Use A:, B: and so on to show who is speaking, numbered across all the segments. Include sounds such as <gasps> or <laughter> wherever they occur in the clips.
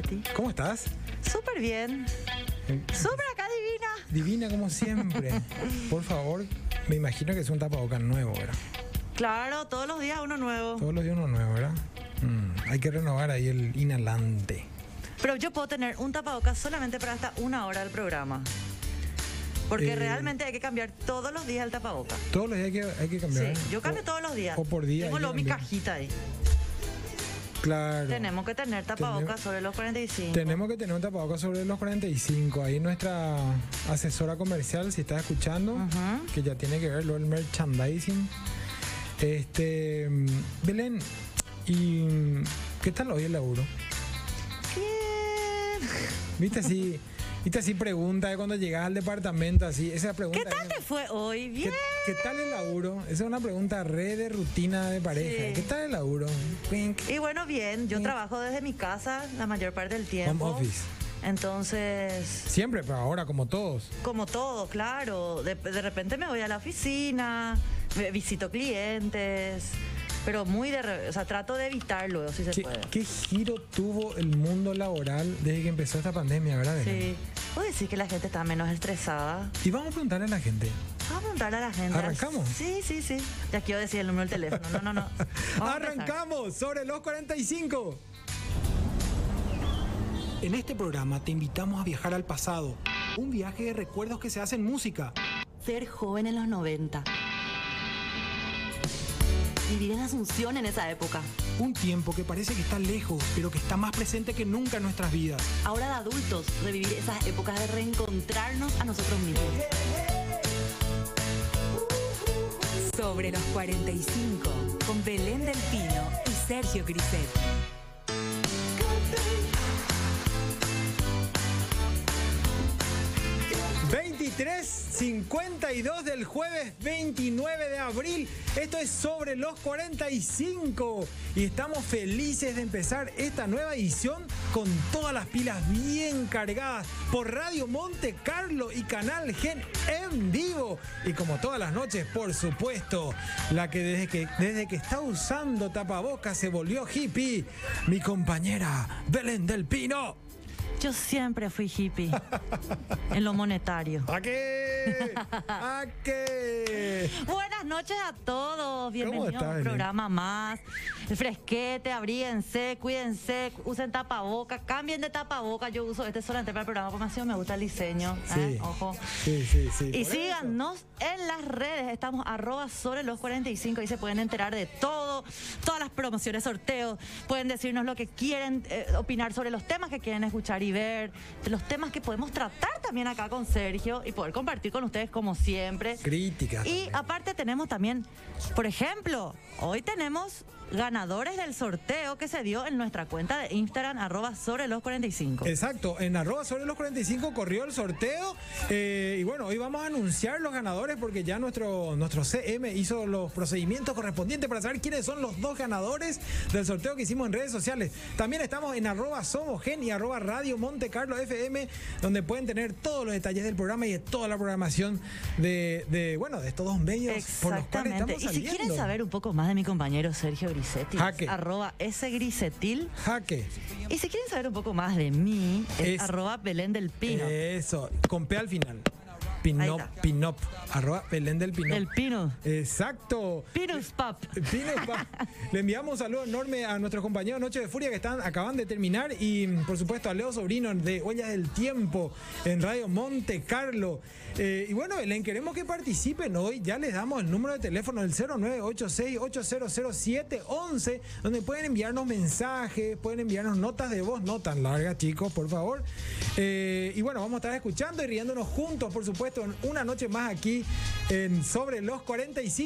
A: Mati.
B: ¿Cómo estás?
A: Súper bien.
B: Eh,
A: Súper acá divina.
B: Divina como siempre. Por favor, me imagino que es un tapabocas nuevo, ¿verdad?
A: Claro, todos los días uno nuevo.
B: Todos los días uno nuevo, ¿verdad? Mm, hay que renovar ahí el inhalante.
A: Pero yo puedo tener un tapabocas solamente para hasta una hora del programa. Porque
B: Eh.
A: realmente hay que cambiar todos los días el tapabocas.
B: Todos los días hay que, hay que
A: Sí,
B: cambiar. ¿eh?
A: yo cambio
B: O-
A: todos los días.
B: O por día.
A: Tengo
B: hay que
A: luego mi
B: cambiar.
A: cajita ahí.
B: Claro.
A: Tenemos que tener tapabocas
B: Tenemos-
A: sobre los 45.
B: Tenemos que tener un tapabocas sobre los 45. Ahí nuestra asesora comercial, si estás escuchando,
A: Ajá.
B: que ya tiene que ver lo del merchandising. Este, mm, Belén, ¿y mm, qué tal hoy el laburo?
A: Bien.
B: ¿Viste así? ¿Viste así pregunta de cuando llegas al departamento? Así, esa pregunta.
A: ¿Qué tal te fue hoy?
B: ¿Qué,
A: Bien.
B: qué tal el laburo? Esa es una pregunta re de rutina de pareja.
A: Sí.
B: ¿Qué tal el laburo? Cuink.
A: Y bueno, bien, yo
B: Bien.
A: trabajo desde mi casa la mayor parte del tiempo.
B: office.
A: Entonces,
B: Siempre, pero ahora como todos.
A: Como todo, claro. De, de repente me voy a la oficina, ve- visito clientes, pero muy de... re- O sea, trato de evitarlo, si se
B: ¿Qué,
A: puede.
B: qué giro tuvo el mundo laboral desde que empezó esta pandemia, verdad? Belén?
A: Sí. Puedo decir que la gente está menos estresada.
B: Y vamos a preguntarle a la gente.
A: Vamos a preguntar a la gente.
B: ¿Arrancamos?
A: Sí, sí, sí. Ya quiero decir el número del teléfono.
B: <laughs>
A: No, no, no. Vamos a empezar.
B: ¡Arrancamos sobre los 45! En este programa te invitamos a viajar al pasado. Un viaje de recuerdos que se hace en música.
C: Ser joven en los 90. Vivir en Asunción en esa época.
B: Un tiempo que parece que está lejos, pero que está más presente que nunca en nuestras vidas.
C: Ahora de adultos, revivir esas épocas de reencontrarnos a nosotros mismos.
D: Sobre los 45, con Belén Del Pino y Sergio Griset.
B: ¡23.52 del jueves 29 de abril. Esto es sobre los 45. Y estamos felices de empezar esta nueva edición con todas las pilas bien cargadas por Radio Monte Carlo y Canal Gen en vivo. Y como todas las noches, por supuesto, la que desde que, desde que está usando tapabocas se volvió hippie, mi compañera Belén del Pino.
A: Yo siempre fui
B: <laughs>
A: hippie. en lo monetario.
B: ¿A qué? <laughs> ¿A qué?
A: Buenas noches a todos, bienvenidos
B: estás,
A: a un
B: Belén?
A: programa más. Fresquete, abríense, cuídense, usen tapaboca, cambien de tapaboca. Yo uso este solamente para el programa porque me ha sido- me gusta el diseño. ¿eh?
B: Sí.
A: Ojo.
B: Sí, sí, sí.
A: Y
B: Por eso.
A: síganos en las redes, estamos arroba sobre los 45 y se pueden enterar de todo, todas las promociones, sorteos, pueden decirnos lo que quieren, eh, opinar sobre los temas que quieren escuchar y ver, de los temas que podemos tratar también acá con Sergio y poder compartir con ustedes como siempre.
B: Críticas.
A: Y
B: también.
A: aparte tenemos también, por ejemplo, hoy tenemos ganadores del sorteo que se dio en nuestra cuenta de Instagram, arroba sobre los 45.
B: Exacto, en arroba sobre los 45 corrió el sorteo eh, y bueno, hoy vamos a anunciar los ganadores porque ya nuestro, nuestro CM hizo los procedimientos correspondientes para saber quiénes son los dos ganadores del sorteo que hicimos en redes sociales. También estamos en arroba somogen y arroba radio Monte Carlo FM donde pueden tener todos los detalles del programa y de toda la programación de, de, bueno, de estos dos medios por los cuales
A: Exactamente.
B: estamos
A: Y si quieren
B: saliendo.
A: saber un poco más de mi compañero Sergio Grisetti, es
B: Jaque.
A: arroba ese Grisetil.
B: Jaque.
A: Y si quieren saber un poco más de mí, es,
B: Es- Eh,
A: arroba Belén del Pino.
B: Eso, con P al final.
A: Ahí
B: Pinop,
A: está.
B: Pinop, arroba Belén del Pinop.
A: Del Pino.
B: Exacto.
A: Pinus Pap.
B: Pinop,
A: <laughs>
B: pa. Le enviamos un saludo enorme a nuestros compañeros Noche de Furia que están, acaban de terminar y por supuesto a Leo Sobrino de Huellas del Tiempo en Radio Monte Carlo. Eh, y bueno, Belén, queremos que participen hoy. Ya les damos el número de teléfono del 0986-800711 donde pueden enviarnos mensajes, pueden enviarnos notas de voz, no tan largas chicos, por favor. Eh, y bueno, vamos a estar escuchando y riéndonos juntos, por supuesto, en una noche más aquí en Sobre los 45.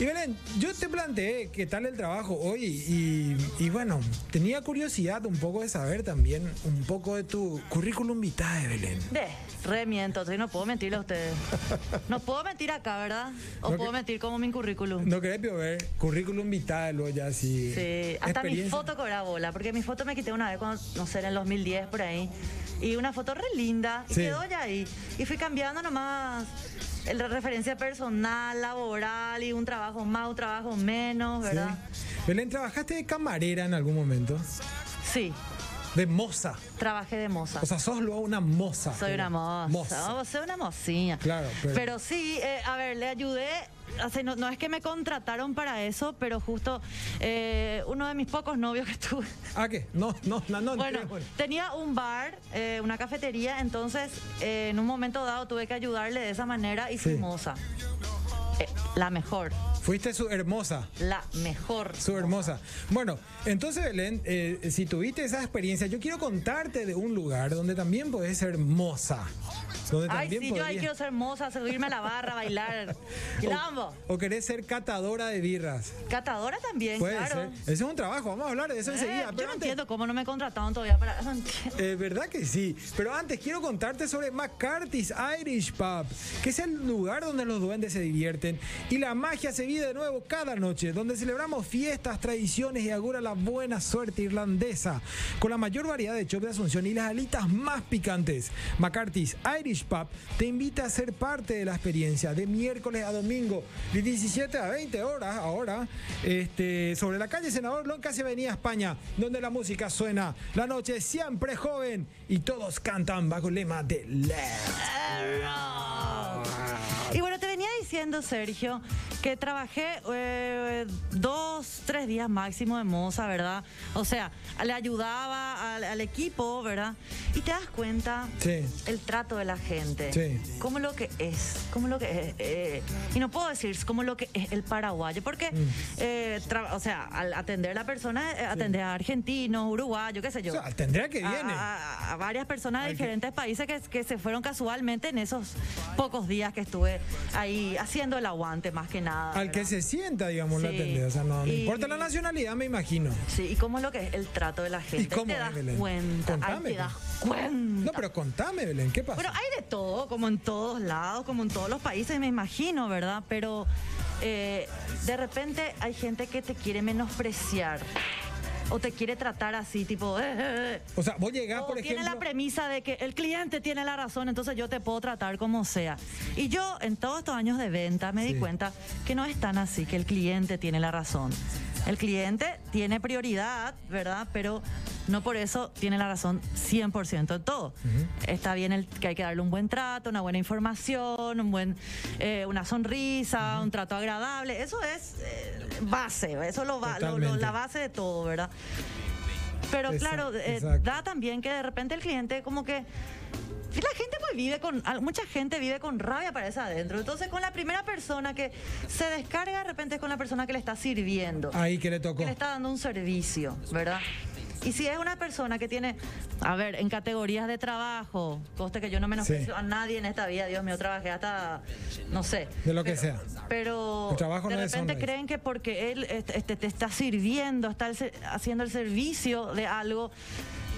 B: Y Belén, yo te planteé qué tal el trabajo hoy y, y bueno, tenía curiosidad un poco de saber también un poco de tu currículum vitae, Belén.
A: De, re miento, sí, no puedo mentirle a ustedes. No puedo mentir acá, ¿verdad? O
B: No,
A: puedo
B: que-
A: mentir como mi currículum.
B: No querés ver currículum vitae, luego ya así.
A: Sí, hasta mi
B: experiencia.
A: foto cobra bola, porque mi foto me quité una vez cuando, no sé, en el 2010 por ahí. Y una foto re linda, y
B: Sí.
A: quedó ya ahí. Y fui cambiando nomás el- la referencia personal, laboral, y un trabajo más, un trabajo menos,
B: Sí.
A: ¿verdad?
B: Belén, ¿trabajaste de camarera en algún momento?
A: Sí.
B: De moza.
A: Trabajé de moza.
B: O sea, sos luego una moza.
A: Soy una moza.
B: Moza.
A: Oh, soy una mocina.
B: Claro, pero-
A: sí, eh, a ver, le ayudé. Así, no, no es que me contrataron para eso, pero justo eh, uno de mis pocos novios que tuve.
B: Ah, ¿qué? No, no, no, no.
A: Bueno,
B: entiendo, bueno.
A: tenía un bar, eh, una cafetería, entonces eh, en un momento dado tuve que ayudarle de esa manera y fui
B: Sí.
A: moza. Eh, la mejor,
B: Fuiste su hermosa.
A: la mejor.
B: Su hermosa. Bueno, entonces Belén, eh, si tuviste esa experiencia, yo quiero contarte de un lugar donde también podés ser hermosa. Donde
A: Ay, sí,
B: también
A: yo ahí
B: podrías-
A: quiero ser moza, subirme a la
B: <laughs>
A: barra, bailar. Quilombo.
B: o querés ser catadora de birras.
A: Catadora también,
B: Puede ser.
A: claro.
B: Ese es un trabajo, vamos a hablar de eso
A: Eh,
B: enseguida.
A: yo
B: pero
A: no
B: antes-
A: entiendo cómo no me contrataron todavía para. <laughs> no entiendo.
B: Eh, ¿Verdad que sí? Pero antes quiero contarte sobre McCarthy's Irish Pub, que es el lugar donde los duendes se divierten y la magia se vive de nuevo cada noche, donde celebramos fiestas, tradiciones y augura la buena suerte irlandesa, con la mayor variedad de chop de Asunción y las alitas más picantes. McCarthy's Irish Pub te invita a ser parte de la experiencia de miércoles a domingo, de 17 a 20 horas ahora, este, sobre la calle Senador Lonca se venía España, donde la música suena, la noche es siempre joven y todos cantan bajo el lema de Let's.
A: Y bueno, te venía diciendo, Sergio, que trabajé eh, dos, tres días máximo de moza, ¿verdad? O sea, le ayudaba al, al equipo, ¿verdad? Y te das cuenta
B: Sí.
A: el trato de la gente.
B: Sí.
A: Cómo lo que es, cómo lo que es. eh, y no puedo decir cómo lo que es el paraguayo, porque,
B: Mm.
A: eh, tra- o sea, al atender a la persona, eh, atender a argentinos, uruguayos, qué sé yo.
B: O sea, tendría que
A: A-
B: viene.
A: A, a- a varias personas de
B: Al que-
A: diferentes países que, que se fueron casualmente en esos pocos días que estuve ahí haciendo el aguante, más que nada.
B: Al que
A: ¿verdad?
B: se sienta, digamos, la
A: Sí.
B: atender. O sea, no, no
A: Y-
B: importa la nacionalidad, me imagino.
A: Sí, ¿y cómo es lo que es el trato de la gente?
B: cómo
A: ¿Te
B: es,
A: das
B: Belén?
A: cuenta? ahí
B: Contame. pues.
A: te das cuenta.
B: No, pero contame, Belén, ¿qué pasa?
A: Bueno, hay de todo, como en todos lados, como en todos los países, me imagino, ¿verdad? Pero eh, de repente hay gente que te quiere menospreciar o te quiere tratar así, tipo, "Eh, eh, eh".
B: o sea, vos llegás,
A: O
B: por
A: tiene la
B: ejemplo...
A: premisa de que el cliente tiene la razón, entonces yo te puedo tratar como sea. Y yo en todos estos años de venta me
B: Sí.
A: di cuenta que no es tan así, que el cliente tiene la razón. El cliente tiene prioridad, ¿verdad? Pero no por eso tiene la razón 100% en todo. Está bien el, que hay que darle un buen trato, una buena información, un buen, eh, una sonrisa, un trato agradable. Eso es eh, base, eso lo, va- lo- lo-
B: Totalmente.
A: la base de todo, ¿verdad? Pero
B: Exacto,
A: claro, eh,
B: exacto.
A: da también que de repente el cliente como que... y La gente pues vive con, al- mucha gente vive con rabia para esa adentro. Entonces con la primera persona que se descarga de repente es con la persona que le está sirviendo,
B: Ahí que le tocó.
A: que le está dando un servicio, ¿verdad? Y si es una persona que tiene, a ver, en categorías de trabajo, coste que yo no menosprecio
B: Sí.
A: a nadie en esta vida, Dios mío, trabajé hasta, no sé.
B: De lo que sea.
A: Pero
B: El trabajo
A: de
B: no es
A: repente
B: sunrise.
A: creen que porque él este, este, te está sirviendo, está el ser- haciendo el servicio de algo,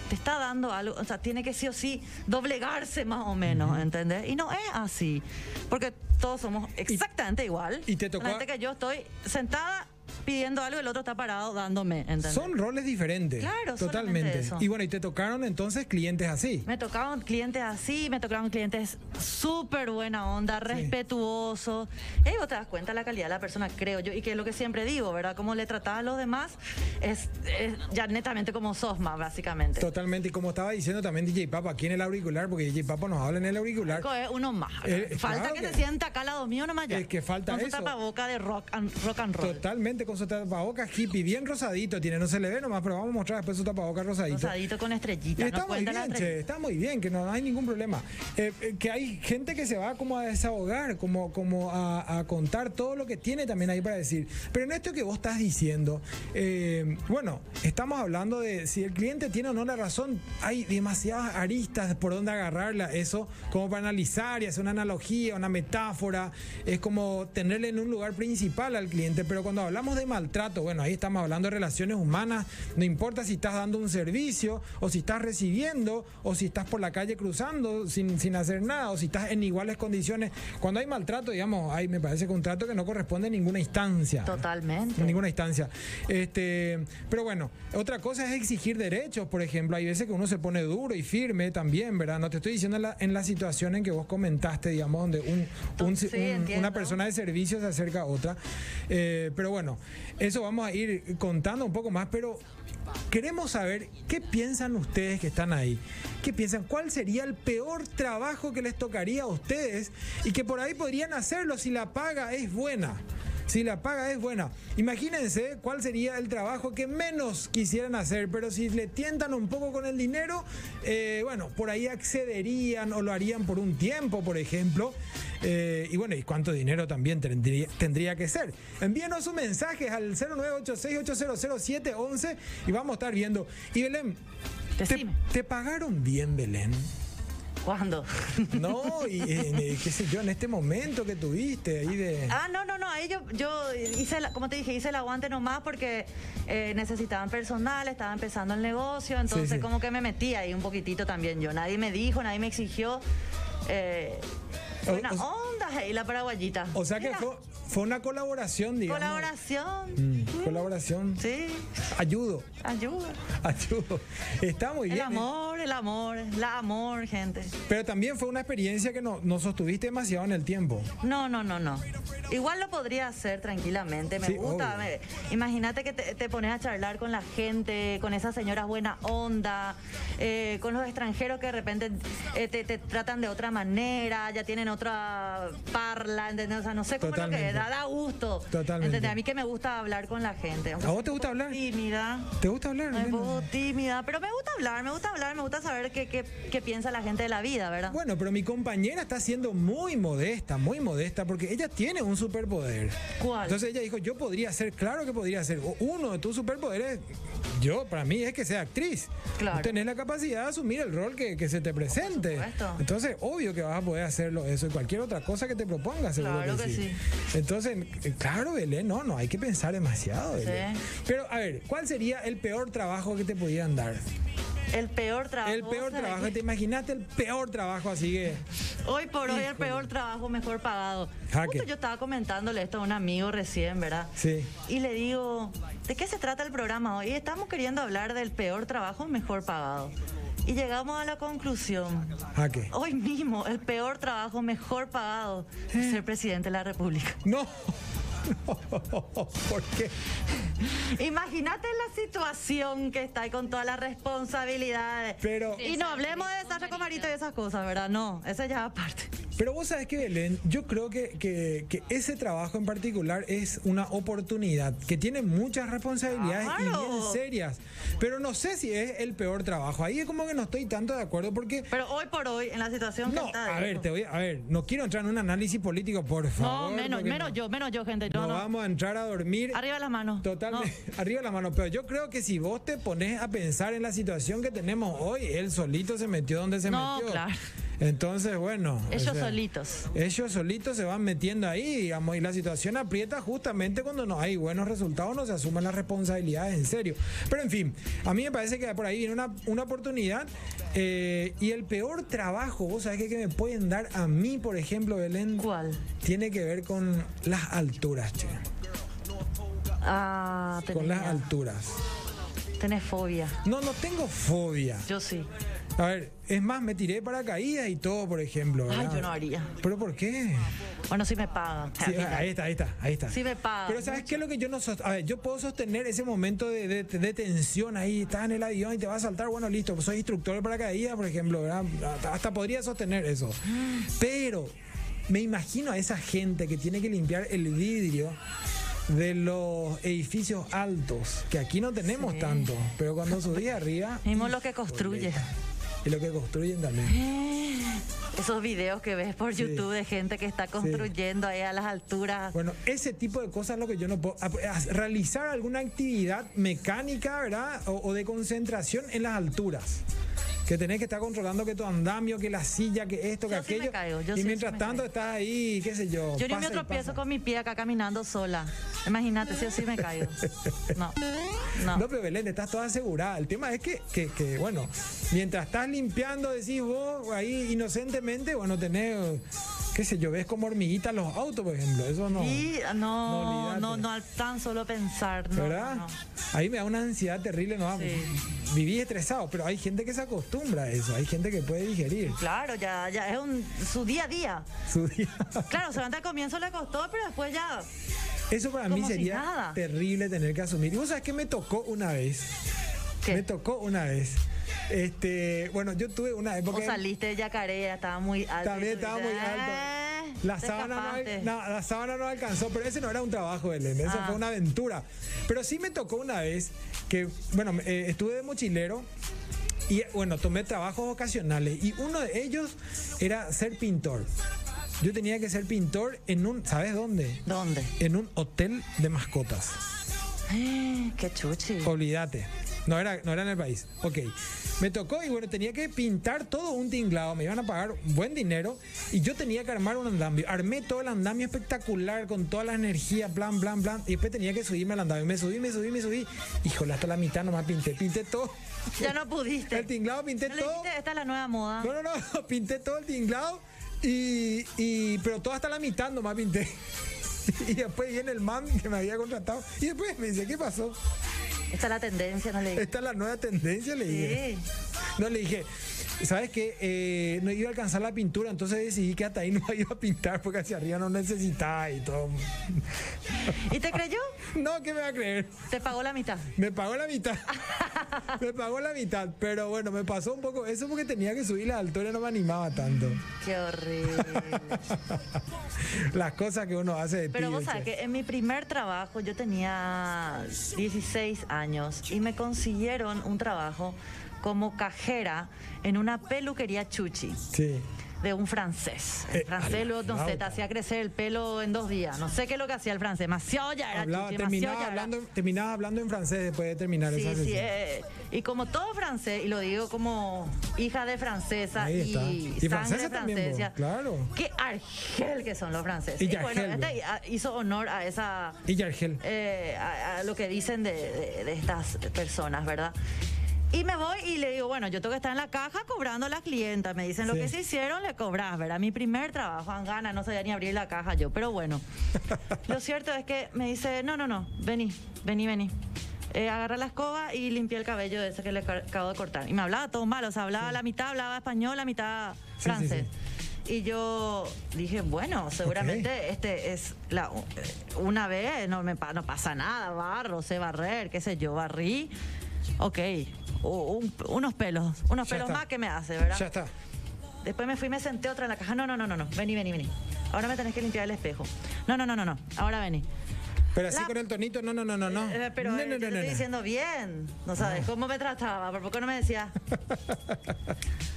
A: te está dando algo, o sea, tiene que sí o sí doblegarse más o menos, ¿entendés? Y no es así, porque todos somos exactamente igual.
B: y te tocó-
A: La gente que yo estoy sentada pidiendo algo, el otro está parado dándome, ¿entendés?
B: Son roles diferentes.
A: Claro, solamente
B: totalmente.
A: eso.
B: Y bueno, y te tocaron entonces clientes así.
A: Me tocaban clientes así, me tocaron clientes súper buena onda, respetuosos. Y ahí vos te das cuenta de la calidad de la persona, creo yo. Y que es lo que siempre digo, ¿verdad? Cómo le tratás a los demás es, es ya netamente como sosma, básicamente.
B: Totalmente. Y como estaba diciendo también DJ Papa aquí en el auricular, porque DJ Papa nos habla en el auricular.
A: Loco, es uno más.
B: Eh,
A: falta
B: claro
A: que,
B: que-
A: se sienta acá al lado mío nomás ya.
B: Es que falta
A: Con su
B: eso.
A: tapaboca de rock and, rock and roll.
B: Totalmente con su tapabocas hippie, bien rosadito tiene, no se le ve nomás, pero vamos a mostrar después su tapabocas rosadito.
A: Rosadito con estrellita.
B: está
A: no
B: muy
A: cuenta la
B: bien,
A: estrellita.
B: che, está muy bien, que no, no hay ningún problema. Eh, eh, que hay gente que se va como a desahogar, como, como a, a contar todo lo que tiene también ahí para decir. Pero en esto que vos estás diciendo, eh, bueno, estamos hablando de si el cliente tiene o no la razón, hay demasiadas aristas por donde agarrarla, eso, como para analizar y hacer una analogía, una metáfora, es como tenerle en un lugar principal al cliente, pero cuando hablamos de maltrato, bueno, ahí estamos hablando de relaciones humanas, no importa si estás dando un servicio o si estás recibiendo o si estás por la calle cruzando sin, sin hacer nada o si estás en iguales condiciones, cuando hay maltrato, digamos, hay, me parece que un trato que no corresponde a ninguna instancia.
A: Totalmente.
B: En ninguna instancia. Este, pero bueno, otra cosa es exigir derechos, por ejemplo. Hay veces que uno se pone duro y firme también, ¿verdad? No te estoy diciendo en la, en la situación en que vos comentaste, digamos, donde un, un-
A: Sí,
B: un-
A: entiendo.
B: una persona de servicio se acerca a otra. Eh, pero bueno, Eso vamos a ir contando un poco más, pero queremos saber qué piensan ustedes que están ahí. ¿Qué piensan? ¿Cuál sería el peor trabajo que les tocaría a ustedes y que por ahí podrían hacerlo si la paga es buena? Si la paga es buena. Imagínense cuál sería el trabajo que menos quisieran hacer, pero si le tientan un poco con el dinero, eh, bueno, por ahí accederían o lo harían por un tiempo, por ejemplo. Eh, y bueno, ¿y cuánto dinero también tendría, tendría que ser? Envíenos sus mensajes al 0986-800711 y vamos a estar viendo. Y Belén, ¿te-
A: Decime.
B: ¿te pagaron bien, Belén?
A: ¿Cuándo?
B: No, y en, eh, qué sé yo, en este momento que tuviste ahí de...
A: Ah, no, no, no, ahí yo, yo hice, la- como te dije, hice el aguante nomás porque eh, necesitaban personal, estaba empezando el negocio, entonces
B: sí.
A: como que me metí ahí un poquitito también yo. Nadie me dijo, nadie me exigió. Eh,
B: O-
A: buena
B: o-
A: onda, hey, la paraguayita.
B: O sea que
A: Mira,
B: fue, fue una colaboración, digamos.
A: Colaboración.
B: Mm, colaboración.
A: Sí,
B: Ayudo,
A: ayuda.
B: ayudo. Está muy
A: El
B: bien. ¿eh?
A: amor, el amor, la amor, gente.
B: Pero también fue una experiencia que no, no sostuviste demasiado en el tiempo.
A: No, no, no, no. Igual lo podría hacer tranquilamente, me
B: Sí,
A: gusta.
B: obvio.
A: me- Imagínate que te, te pones a charlar con la gente, con esas señoras buena onda, eh, con los extranjeros que de repente eh, te, te tratan de otra manera, ya tienen otra parla, ¿entendés? O sea, no sé cómo lo que
B: Totalmente.
A: da, da gusto.
B: Totalmente.
A: ¿entendés? A mí que me gusta hablar con la gente. aunque
B: ¿A vos
A: sea
B: te
A: un
B: gusta
A: poco
B: hablar?
A: Tímida.
B: ¿Te gusta hablar?
A: Ay, un
B: Elena?
A: poco tímida, pero me gusta hablar, me gusta hablar, me gusta saber qué, qué, qué piensa la gente de la vida, ¿verdad?
B: Bueno, pero mi compañera está siendo muy modesta, muy modesta, porque ella tiene un superpoder.
A: ¿Cuál?
B: Entonces ella dijo, yo podría ser, claro que podría ser. O- Uno de tus superpoderes, yo, para mí, es que sea actriz.
A: Claro.
B: Vos Tenés la capacidad de asumir el rol que, que se te presente.
A: supuesto.
B: Entonces, obvio que vas a poder hacerlo eso y cualquier otra cosa que te propongas. seguro
A: Claro que
B: Entonces, eh, claro, Belén, no, no, hay que pensar demasiado. Belén. Pero, a ver, ¿cuál sería el peor trabajo que te podían dar?
A: el peor trabajo.
B: El peor
A: ¿sabes
B: trabajo,
A: qué?
B: ¿te imaginaste el peor trabajo así que...
A: Hoy por hoy el peor trabajo, mejor pagado.
B: Jaque.
A: Justo yo estaba comentándole esto a un amigo recién, ¿verdad?
B: Sí.
A: Y le digo, ¿de qué se trata el programa hoy? Estamos queriendo hablar del peor trabajo, mejor pagado. Y llegamos a la conclusión,
B: ¿A qué?
A: hoy mismo, el peor trabajo, mejor pagado, es ser presidente de la República. <laughs>
B: No. <laughs> ¿Por qué?
A: Imagínate la situación que está ahí con todas las responsabilidades.
B: Pero,
A: Y no hablemos de desastre comarito y esas cosas, ¿verdad? No, eso ya aparte.
B: pero vos sabés que Belén, yo creo que, que- que ese trabajo en particular es una oportunidad que tiene muchas responsabilidades y bien
A: Claro.
B: serias. Pero no sé si es el peor trabajo. Ahí es como que no estoy tanto de acuerdo porque.
A: Pero hoy por hoy, en la situación que
B: No,
A: está.
B: a ver,
A: digo,
B: te voy a, a ver, no quiero entrar en un análisis político, por
A: No,
B: favor.
A: menos,
B: porque
A: menos
B: no-
A: yo, menos yo, gente. Yo
B: No
A: no.
B: vamos a entrar a dormir.
A: Arriba las manos.
B: Totalmente, <laughs> arriba la mano, pero yo creo que si vos te pones a pensar en la situación que tenemos hoy, él solito se metió donde se
A: No,
B: metió.
A: claro.
B: Entonces, bueno. o
A: Ellos
B: sea,
A: solitos.
B: Ellos solitos se van metiendo ahí, digamos, y la situación aprieta justamente cuando no hay buenos resultados, no se asumen las responsabilidades en serio. Pero en fin, a mí me parece que por ahí viene una, una oportunidad eh, y el peor trabajo, vos sabés que, que me pueden dar a mí, por ejemplo, Belén,
A: ¿Cuál?
B: tiene que ver con las alturas, che,
A: Ah, tenés,
B: con las
A: miedo,
B: alturas.
A: tenés fobia.
B: No, no tengo fobia.
A: Yo sí.
B: A ver, es más, me tiré paracaídas y todo, por ejemplo.
A: Ay,
B: ¿verdad?
A: yo no haría.
B: ¿Pero por qué?
A: Bueno, sí me pagan.
B: Sí, ahí está, ahí está, ahí está.
A: Sí me pagan.
B: Pero ¿sabes qué es lo que yo no sost- A ver, yo puedo sostener ese momento de, de- de tensión ahí, estás en el avión y te va a saltar, bueno, listo, pues soy instructor de paracaídas, por ejemplo, ¿verdad? Hasta- Hasta podría sostener eso. Pero me imagino a esa gente que tiene que limpiar el vidrio de los edificios altos, que aquí no tenemos tanto, pero cuando subí arriba...
A: Mismo lo que construye.
B: Y lo que construyen
A: Eh.
B: también.
A: Esos videos que ves por YouTube de gente que está construyendo ahí a las alturas.
B: Bueno, ese tipo de cosas es lo que yo no puedo. a- a- Realizar alguna actividad mecánica, ¿verdad? O, o de concentración en las alturas. Que tenés que estar controlando que tu andamio, que la silla, que esto, que
A: Yo sí me
B: aquello.
A: caigo, yo
B: y
A: sí, sí
B: mientras
A: me
B: tanto
A: caigo.
B: estás ahí, qué sé yo.
A: yo ni me
B: pasa y
A: tropiezo
B: pasa.
A: con mi pie acá caminando sola. Imagínate, si o sí me
B: <laughs>
A: caigo. No, no.
B: No, pero Belén, estás toda asegurada. El tema es que, que, que, bueno, mientras estás limpiando, decís vos ahí inocentemente, bueno, tenés, qué sé yo, ves como hormiguitas los autos, por ejemplo. Eso no.
A: Y no,
B: olvídate.
A: no, no, al tan solo pensar. No,
B: ¿Verdad?
A: no, no.
B: Ahí me da una ansiedad terrible, no
A: Sí.
B: Viví estresado, pero hay gente que se acostumbra a eso, hay gente que puede digerir
A: Claro, ya, ya es un, su día a día.
B: su <laughs> día.
A: Claro, solamente al comienzo le costó, pero después ya
B: Eso para mí
A: Como si
B: sería
A: nada.
B: terrible tener que asumir. Y vos sabés que me tocó una vez.
A: ¿Qué?
B: Me tocó una vez. Este, bueno, yo tuve una época.
A: O saliste de Yacaré, estaba muy alto.
B: También
A: y tú
B: estaba muy
A: dices,
B: alto.
A: "Eh,
B: La
A: te
B: sábana, no,
A: escapaste".
B: al- no, la sábana no alcanzó, pero ese no era un trabajo, Belén, eso
A: Ah.
B: fue una aventura. Pero sí me tocó una vez que, bueno, eh, estuve de mochilero y, bueno, tomé trabajos ocasionales y uno de ellos era ser pintor. Yo tenía que ser pintor en un, ¿sabes dónde?
A: ¿Dónde? <gasps>
B: En un hotel de mascotas.
A: Eh, Qué chuchi.
B: Olvídate. No era, no era en el país. Ok. Me tocó y bueno, tenía que pintar todo un tinglado. Me iban a pagar buen dinero y yo tenía que armar un andamio. Armé todo el andamio espectacular con toda la energía, plan, plan, plan. Y después tenía que subirme al andamio. Me subí, me subí, me subí. Híjole, hasta la mitad nomás pinté. Pinté todo.
A: Ya no pudiste.
B: El tinglado pinté
A: ¿No le Ah.
B: todo.
A: dijiste, esta es la nueva moda.
B: No, no, no. <laughs> Pinté todo el tinglado y, y- pero todo hasta la mitad nomás pinté. <laughs> Y después viene el man que me había contratado. Y después me dice, ¿qué pasó?
A: Esta es la tendencia, no
B: <laughs>
A: le dijiste.
B: Esta es la nueva tendencia, le dije. No, le dije, ¿sabes qué? Eh, no iba a alcanzar la pintura, entonces decidí que hasta ahí <laughs> no iba a pintar porque hacia arriba no necesitaba y todo.
A: ¿Y te creyó?
B: No, ¿qué me va a creer?
A: Te pagó la mitad.
B: Me pagó la
A: <laughs>
B: mitad. me pagó la mitad. Pero bueno, me pasó un poco eso porque tenía que subir la altura, no me animaba tanto. <laughs>
A: Qué horrible.
B: Las cosas que uno hace de
A: Pero
B: pibe,
A: vos sabés
B: che.
A: que en mi primer trabajo yo tenía 16 años y me consiguieron un trabajo como cajera en una peluquería chuchi
B: Sí.
A: de un francés. El
B: Eh, a
A: francés,
B: la
A: luego, no sé, te
B: flauta.
A: hacía crecer el pelo en dos días. No sé qué es lo que hacía el francés. Demasiado ya era
B: Hablaba,
A: chuchi, demasiado
B: terminaba,
A: ya era.
B: hablando, terminaba hablando en francés después de terminar
A: Sí,
B: esa
A: sí,
B: sesión.
A: eh, y como todo francés, y lo digo como hija de francesa
B: Ahí está. Y
A: y, sangre
B: francesa también vos,
A: francesa,
B: claro.
A: Qué argel que son los franceses.
B: Y
A: Y, bueno,
B: argel,
A: este
B: ¿no?
A: ah, hizo honor a esa
B: Y Yargel.
A: eh, a, a lo que dicen de, de- de estas personas, ¿verdad? Y me voy y le digo, bueno, yo tengo que estar en la caja cobrando a la clienta. Me dicen lo
B: Sí.
A: que se hicieron, le cobras, ¿verdad? Mi primer trabajo, Angana, no sabía ni abrir la caja yo,
B: <laughs>
A: pero bueno. lo cierto es que me dice, no, no, no, vení, vení, vení. Eh, agarra la escoba y limpié el cabello de ese que le ca- acabo de cortar. Y me hablaba todo mal, o sea, hablaba la mitad, hablaba español, la mitad
B: sí,
A: francés.
B: sí.
A: Y yo dije, bueno, seguramente este es la eh, una vez, no me pa- no pasa nada, barro, sé barrer, qué sé yo, barrí. Ok, u- un- unos pelos, unos
B: Ya
A: pelos
B: está.
A: más que me hace, ¿verdad?
B: Ya está.
A: Después me fui y me senté otra en la caja. No, no, no, no, no. Vení, vení, vení. Ahora me tenés que limpiar el espejo. No, no, no, no, no. Ahora vení.
B: Pero así
A: La-
B: con el tonito, no, no, no, no, no.
A: Eh, pero
B: no,
A: eh,
B: no,
A: yo te
B: no, no,
A: estoy
B: no.
A: diciendo bien. No sabes cómo me trataba, por poco no me
B: <laughs>
A: decía.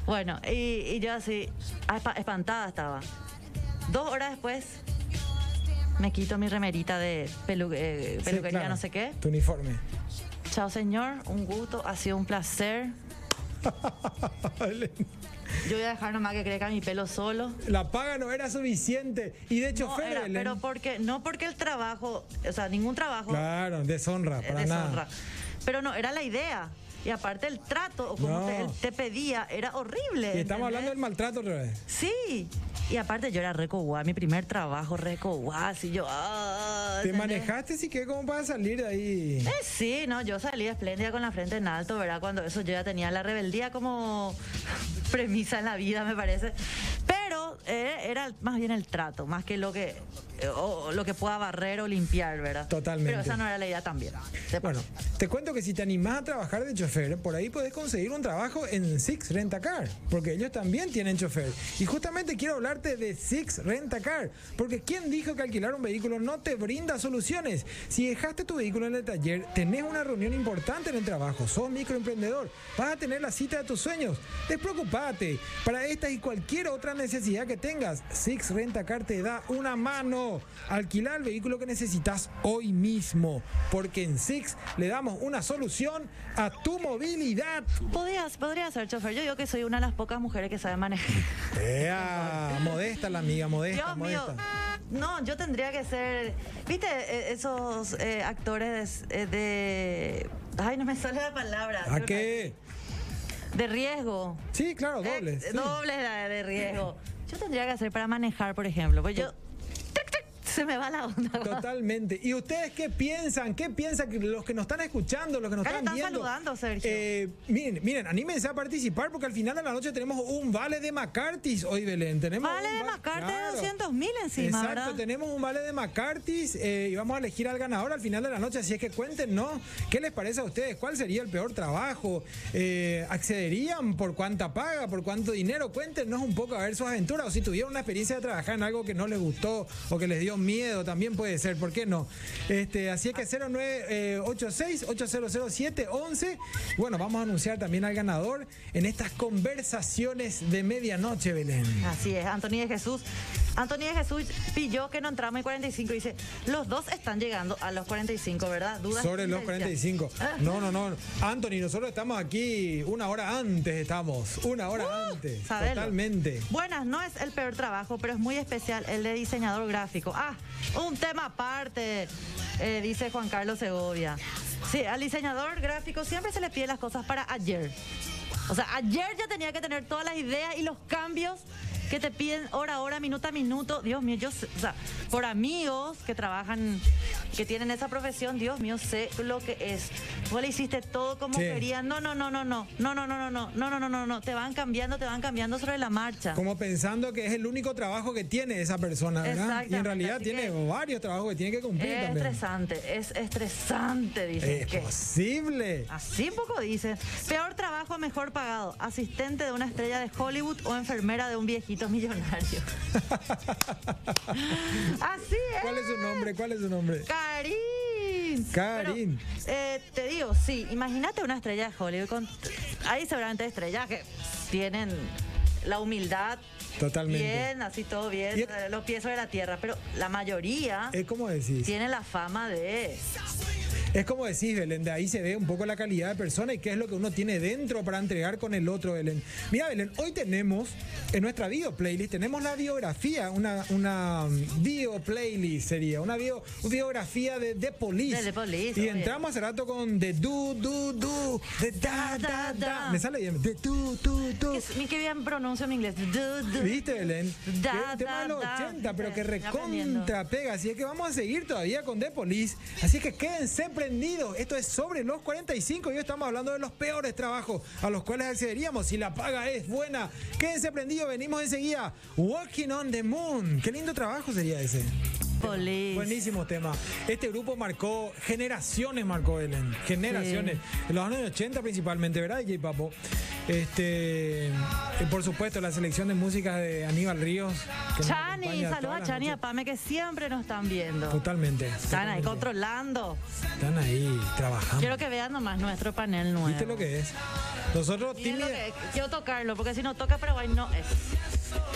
A: bueno, y, y yo así, ah, espa- espantada estaba. Dos horas después, me quito mi remerita de pelu- eh,
B: Sí,
A: peluquería,
B: claro.
A: no sé qué.
B: Tu uniforme. <laughs>
A: Chao, señor. Un gusto, ha sido un placer. Yo voy a dejar nomás que crezca mi pelo solo.
B: La paga no era suficiente. Y de
A: No,
B: chofer,
A: era,
B: Belén.
A: pero porque, no porque el trabajo, o sea, ningún trabajo
B: Claro, deshonra,
A: Eh,
B: para
A: deshonra.
B: nada.
A: Pero no, era la idea. Y aparte el trato, o como
B: No.
A: te, él te pedía, era horrible.
B: Y estamos
A: ¿entendés?
B: hablando del maltrato otra vez.
A: Sí. Y aparte yo era recoguá, mi primer trabajo recoguá, y yo... ah,
B: Te
A: ¿entendés?
B: manejaste, sí que como para salir de ahí.
A: Eh, sí, no, yo salí espléndida con la frente en alto, ¿verdad? Cuando eso yo ya tenía la rebeldía como <laughs> premisa en la vida, me parece. Pero eh, era más bien el trato, más que lo que eh, o- o lo que pueda barrer o limpiar, ¿verdad?
B: Totalmente.
A: Pero esa no era la idea también. Se
B: Bueno,
A: pasó.
B: te cuento que si te animás a trabajar de chofer, por ahí podés conseguir un trabajo en Six Rentacar, porque ellos también tienen chofer. Y justamente quiero hablarte de Six Rentacar, porque ¿quién dijo que alquilar un vehículo no te brinda soluciones? Si dejaste tu vehículo en el taller, tenés una reunión importante en el trabajo, sos microemprendedor, vas a tener la cita de tus sueños. Despreocupate, para esta y cualquier otra necesidad que tengas, Six Rentacar te da una mano. Alquila el vehículo que necesitas hoy mismo, porque en Six le damos una solución a tu movilidad.
A: Podías, podría ser chofer. Yo digo que soy una de las pocas mujeres que sabe
B: <laughs>
A: manejar.
B: Ea, modesta la amiga, modesta,
A: Dios mío.
B: modesta.
A: No, yo tendría que ser. ¿Viste eh, esos eh, actores eh, de. Ay, no me sale la palabra.
B: ¿A qué?
A: De riesgo.
B: Sí, claro, doble.
A: Eh,
B: Oh, sí.
A: dobles de, de riesgo. Yo tendría que hacer para manejar, por ejemplo. Pues yo. tic, tic, Se me va la onda. <laughs>
B: Totalmente. ¿Y ustedes qué piensan? ¿Qué piensan que los que nos están escuchando, los que nos
A: Acá
B: están,
A: le están
B: viendo?
A: saludando, Sergio.
B: Eh, miren, miren, anímense a participar porque al final de la noche tenemos un vale de McCarthy's hoy, Belén. Tenemos
A: Vale
B: un
A: de McCarthy de
B: Claro.
A: 200.000 encima,
B: Exacto,
A: ¿verdad?
B: tenemos un vale de McCarthy's eh, y vamos a elegir al ganador al final de la noche. Así es que cuéntenos qué les parece a ustedes, cuál sería el peor trabajo, Eh, accederían por cuánta paga, por cuánto dinero. Cuéntenos un poco a ver sus aventuras o si tuvieron una experiencia de trabajar en algo que no les gustó o que les dio miedo, también puede ser, ¿por qué no? Este, así es que eh, 0986-8007-11. Bueno, vamos a anunciar también al ganador en estas conversaciones de medianoche, Belén.
A: Así es, Antonio de Jesús. Antonio de Jesús pilló que no entramos en 45 y dice, los dos están llegando a los 45, ¿verdad? Dudas.
B: Sobre los
A: existenciales. <laughs>
B: 45. No, no, no. Anthony, nosotros estamos aquí una hora antes, estamos. Una hora antes.
A: Uh, Sabelo.
B: Totalmente.
A: Buenas, no es el peor trabajo, pero es muy especial el de diseñador gráfico. Ah, un tema aparte, eh, dice Juan Carlos Segovia. Sí, al diseñador gráfico siempre se le pide las cosas para ayer. O sea, ayer ya tenía que tener todas las ideas y los cambios que te piden hora a hora, minuto a minuto. Dios mío, yo, sé- o sea, por amigos que trabajan, que tienen esa profesión, Dios mío, sé lo que es. Vos le hiciste todo como
B: Sí.
A: querías. No, no, no, no, no, no, no, no, no, no, no, no, no, no, no. Te van cambiando, te van cambiando sobre la marcha.
B: Como pensando que es el único trabajo que tiene esa persona, ¿verdad? Y en
A: Exactamente,
B: realidad
A: así
B: tiene
A: que-
B: varios trabajos que tiene que cumplir
A: Es
B: también.
A: estresante, es estresante, dice.
B: Es posible.
A: Así poco dice. Peor trabajo, mejor pagado. Asistente de una estrella de Hollywood o enfermera de un
B: <laughs>
A: viejito millonario. Así es.
B: ¿Cuál es su nombre? ¿Cuál es su nombre?
A: Karin.
B: Karin.
A: Pero, eh, te digo, sí, imagínate una estrella de Hollywood. Con, ahí seguramente estrellas que tienen la humildad.
B: Totalmente.
A: Bien, así todo bien,
B: Y-
A: eh, los pies sobre la tierra. Pero la mayoría
B: Es como decís.
A: tiene la fama de...
B: Es como decís, Belén, de ahí se ve un poco la calidad de persona y qué es lo que uno tiene dentro para entregar con el otro, Belén. Mira, Belén, hoy tenemos en nuestra bio playlist, tenemos la biografía, una, una um, bio playlist sería, una bio- biografía de The Police.
A: De The Police,
B: Y
A: obvio.
B: entramos hace rato con The Do, Do, Do, The Da, Da, Da. Me sale bien, The Do, Do, Do.
A: Es- mi- Qué bien pronuncio mi inglés. Du-
B: <laughs>
A: du-
B: ¿Viste, Belén?
A: Da,
B: Que el tema
A: da,
B: de los
A: da.
B: 80, pero que
A: Estoy aprendiendo.
B: recontra pega. Así es que vamos a seguir todavía con The Police. Así que quédense prendidos. Esto es sobre los 45 y hoy estamos hablando de los peores trabajos a los cuales accederíamos si la paga es buena. Quédense prendidos, venimos enseguida. Walking on the Moon. Qué lindo trabajo sería ese.
A: Police.
B: Buenísimo tema. Este grupo marcó generaciones, marcó Belén. Generaciones. En los años 80 principalmente, ¿verdad, DJ Papo? Este, y por supuesto, la selección de música de Aníbal Ríos. que nos
A: Chani,
B: acompaña
A: saluda
B: todas
A: a
B: las
A: Chani y a
B: noches.
A: Pame que siempre nos están viendo.
B: Totalmente.
A: Están ahí
B: totalmente.
A: controlando.
B: Están ahí trabajando.
A: Quiero que vean nomás nuestro panel nuevo.
B: ¿Viste lo que es? Nosotros,
A: Miren
B: tímidos.
A: lo que- quiero tocarlo, porque si no toca Paraguay no es.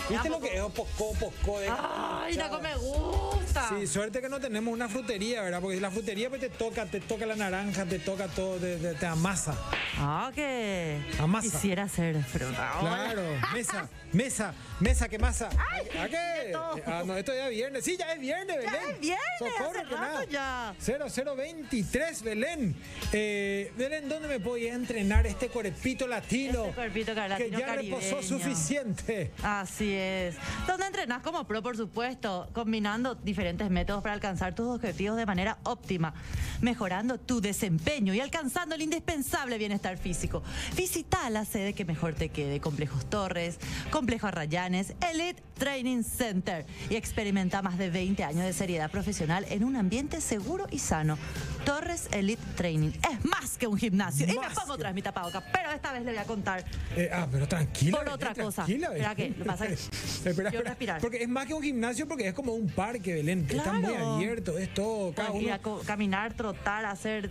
B: ¿Viste lo que es? Poco, poco. de-
A: ¡Ay, Taco, me gusta!
B: Sí, suerte que no tenemos una frutería, ¿verdad? Porque la frutería pues, te toca, te toca la naranja, te toca todo, te- te- te amasa.
A: Ah, que
B: Amasa.
A: quisiera ser, pero <laughs>
B: Claro, mesa, mesa, mesa que masa. ¿A
A: de
B: qué?
A: todo.
B: Ah, no, esto ya es viernes. Sí, ya es viernes, Belén.
A: es viernes,
B: Socorro
A: hace
B: que
A: rato ya.
B: 0023, Belén. Eh, Belén, ¿dónde me voy a entrenar este cuerpito latino?
A: Este cuerpito ca-
B: Que
A: latino
B: ya reposó
A: caribeño.
B: suficiente.
A: Así es. Donde entrenás como pro, por supuesto, combinando diferentes métodos para alcanzar tus objetivos de manera óptima, mejorando tu desempeño y alcanzando el indispensable bienestar físico. Visita la sede que mejor te quede, Complejos Torres, Complejo Arrayanes, Elite Training Center y experimenta más de 20 años de seriedad profesional en un ambiente seguro y sano. Torres Elite Training es más que un gimnasio. y me
B: Más
A: pongo
B: que-
A: tras mi tapaboca, pero esta vez le voy a contar
B: Eh, ah, pero tranquila.
A: Por
B: Belén,
A: otra cosa.
B: tranquila,
A: Espera
B: Belén.
A: que lo pasa
B: <laughs>
A: que-
B: espera,
A: quiero
B: espera.
A: respirar.
B: Porque es más que un gimnasio, porque es como un parque, Belén. Está muy
A: Claro.
B: abierto, es todo. Cada
A: Puedes ir
B: uno
A: a co- caminar, trotar, hacer,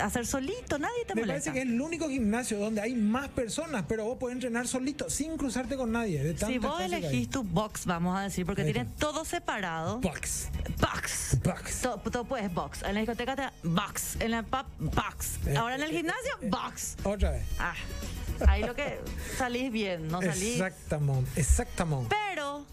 A: hacer solito, nadie te
B: Me
A: molesta.
B: parece que es el único gimnasio donde hay más personas, pero vos podés entrenar solito, sin cruzarte con nadie. De
A: si
B: tantas
A: vos
B: cosas que hay.
A: elegís tu box, vamos a decir, porque
B: Ahí
A: tiene
B: está.
A: todo separado.
B: Box.
A: Box.
B: Box.
A: To- Todo puedes box. En la discoteca te box. En la pub, box.
B: Eh,
A: Ahora en el
B: eh,
A: gimnasio, box.
B: Otra vez.
A: Ah, ahí lo que salís bien, no salís.
B: Exactamente, exactamente.
A: Pero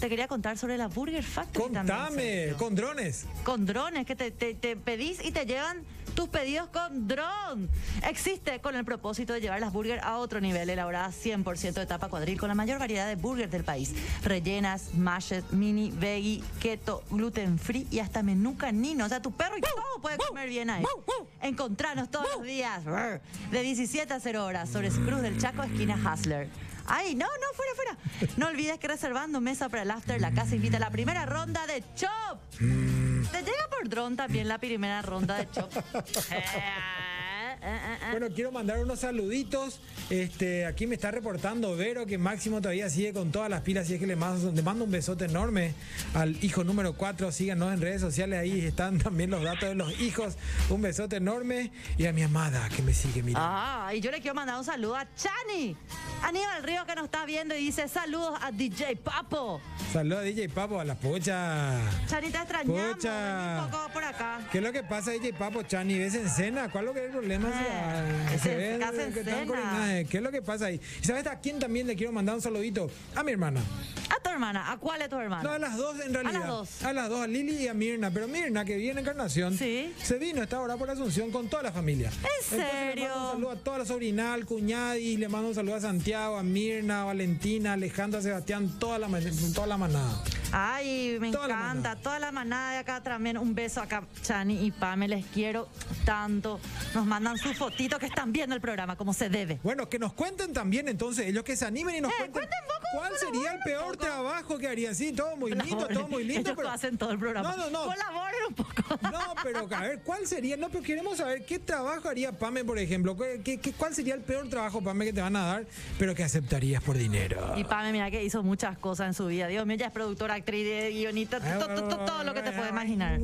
A: te quería contar sobre la Burger Factory también.
B: Contame,
A: Sergio.
B: con drones.
A: con drones que te, te- te pedís y te llevan tus pedidos con dron. Existe con el propósito de llevar las burgers a otro nivel, elaboradas 100% de tapa cuadril con la mayor variedad de burgers del país. Rellenas, mashes, mini, veggie, keto, gluten free y hasta menú canino. O sea, tu perro y todo puede comer bien ahí. Encontranos todos los días brr, de 17 a 0 horas sobre Cruz del Chaco, esquina Hustler. Ay, no, no, fuera, fuera. No olvides que reservando mesa para el after, la casa invita a la primera ronda de Chop. Te llega por dron también la primera ronda de
B: <laughs>
A: Chop. Eh, eh, eh, eh.
B: Bueno, quiero mandar unos saluditos. Este, aquí me está reportando Vero que Máximo todavía sigue con todas las pilas, y es que le mando, le mando un besote enorme al hijo número 4. Síganos en redes sociales, ahí están <laughs> también los datos de los hijos. Un besote enorme. Y a mi amada que me sigue, mira.
A: Ah, y yo le quiero mandar un saludo a Chani. Aníbal Río que nos está viendo y dice saludos a DJ Papo.
B: Saludos a DJ Papo, a la pocha.
A: Chanita, extrañamos.
B: Pocha.
A: vení un poco por acá.
B: ¿Qué es lo que pasa, DJ Papo, Chani? ¿Ves en cena? ¿Cuál es lo que es el problema?
A: Eh,
B: Se-
A: se-
B: se ven,
A: casa en
B: que están
A: cena.
B: coordinadas. ¿Qué es lo que pasa ahí? ¿Y sabes a quién también le quiero mandar un saludito? A mi hermana.
A: ¿A tu hermana? ¿A cuál es tu hermana?
B: No, a las dos en realidad.
A: las dos.
B: A las dos, a Lili y a Mirna. Pero Mirna, que viene en Encarnación,
A: Sí.
B: se vino, está ahora por Asunción con toda la familia.
A: ¿En
B: Entonces, le mando
A: serio?
B: un saludo a toda la sobrina, al cuñadi, le mando un saludo a Santiago, a Mirna, a Valentina, a Alejandra, a Sebastián, toda la, ma- toda la manada.
A: Ay, me
B: Toda la
A: encanta.
B: manada.
A: Toda la manada de acá también. Un beso acá, Chani y Pame. Les quiero tanto. Nos mandan sus fotitos que están viendo el programa como se debe.
B: Bueno, que nos cuenten también entonces, ellos que se animen y nos
A: Eh,
B: cuenten
A: cuenten poco,
B: cuál
A: colaboren
B: sería el
A: un
B: peor
A: poco.
B: trabajo que harían. Sí, todo muy lindo, todo muy lindo.
A: Ellos
B: Pero...
A: hacen todo el programa.
B: No, no, no.
A: Colaboren un poco.
B: <laughs> No, pero a ver, ¿cuál sería? No, pero queremos saber qué trabajo haría Pame, por ejemplo. ¿Qué- qué- qué- ¿Cuál sería el peor trabajo, Pame, que te van a dar, pero que aceptarías por dinero?
A: Y Pame, mira que hizo muchas cosas en su vida. Dios mío, ella es productora, actriz, de guionista, to- to- to- todo lo que te puedes imaginar.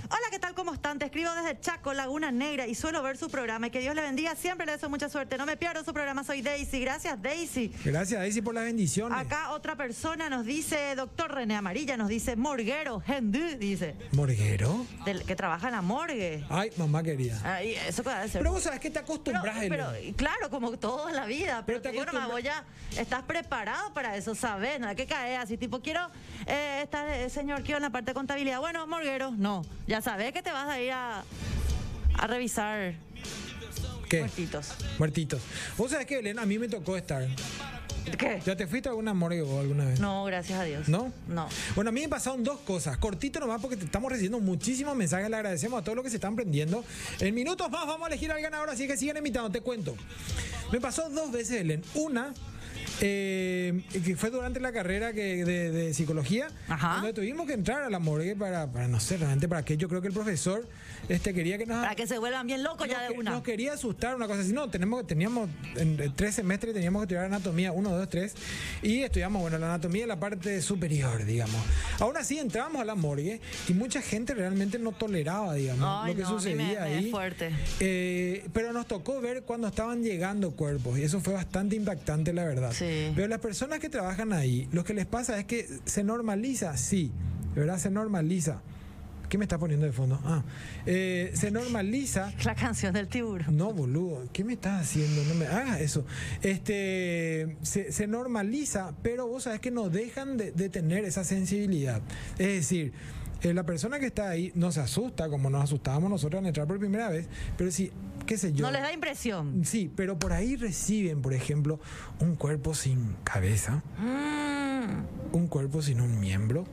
A: Hola, ¿qué tal? ¿Cómo están? Te escribo desde Chaco, Laguna Negra, y suelo ver su programa. Y que Dios le bendiga. Siempre le deseo mucha suerte. No me pierdo su programa. Soy Daisy. Gracias, Daisy.
B: Gracias, Daisy, por las bendiciones.
A: Acá otra persona nos dice, doctor René Amarilla, nos dice morguero, gendú, dice,
B: ¿Morguero?
A: del, que trabaja en la morgue.
B: Ay, mamá querida.
A: Ay, eso puede ser.
B: Pero vos sabés que te
A: Pero-
B: acostumbras, Belén.
A: pero, claro, como todo en la vida,
B: Pero
A: pero,
B: te
A: te digo nomás, vos ya estás preparado para eso, sabes, no hay que caer así, tipo, quiero eh, estar, eh, señor, quiero en la parte de contabilidad. Bueno, morguero, no, ya sabes que te vas a ir a, a revisar eh,
B: ¿Qué?
A: muertitos.
B: Muertitos. Vos sabés que, Belén, a mí me tocó estar.
A: ¿Qué?
B: ¿Ya te fuiste a alguna morgue vos alguna vez?
A: No, gracias a Dios.
B: ¿No?
A: No.
B: Bueno, a mí me pasaron dos cosas. Cortito nomás porque te- estamos recibiendo muchísimos mensajes. Le agradecemos a todos los que se están prendiendo. En minutos más vamos a elegir al ganador, así que sigan invitando. Te cuento. Me pasó dos veces, Helen. Una, eh, que fue durante la carrera que, de, de psicología,
A: Ajá.
B: donde tuvimos que entrar a la morgue para, para no sé realmente para qué. Yo creo que el profesor este, quería que nos...
A: Para que se vuelvan bien locos ya de
B: Nos que-
A: una.
B: Nos quería asustar una cosa así. No, tenemos, teníamos en, eh, tres semestres teníamos que estudiar anatomía 1, 2, 3. Y estudiamos, bueno, la anatomía de la parte superior, digamos. Aún así entramos a la morgue y mucha gente realmente no toleraba, digamos,
A: Ay,
B: lo que
A: no, a mí
B: sucedía
A: me- me es
B: ahí.
A: fuerte.
B: Eh, pero nos tocó ver cuando estaban llegando cuerpos y eso fue bastante impactante, la verdad.
A: Sí.
B: Pero las personas que trabajan ahí, lo que les pasa es que se normaliza, sí, de verdad se normaliza. ¿Qué me está poniendo de fondo? Ah, eh, se normaliza
A: La canción del tiburón.
B: no, boludo, ¿qué me estás haciendo? No me hagas eso. Este, se, se normaliza, pero vos sabés que no dejan de, de tener esa sensibilidad. Es decir, eh, la persona que está ahí no se asusta, como nos asustábamos nosotros al entrar por primera vez, pero sí, qué sé yo.
A: No les da impresión.
B: Sí, pero por ahí reciben, por ejemplo, un cuerpo sin cabeza,
A: Mm.
B: un cuerpo sin un miembro,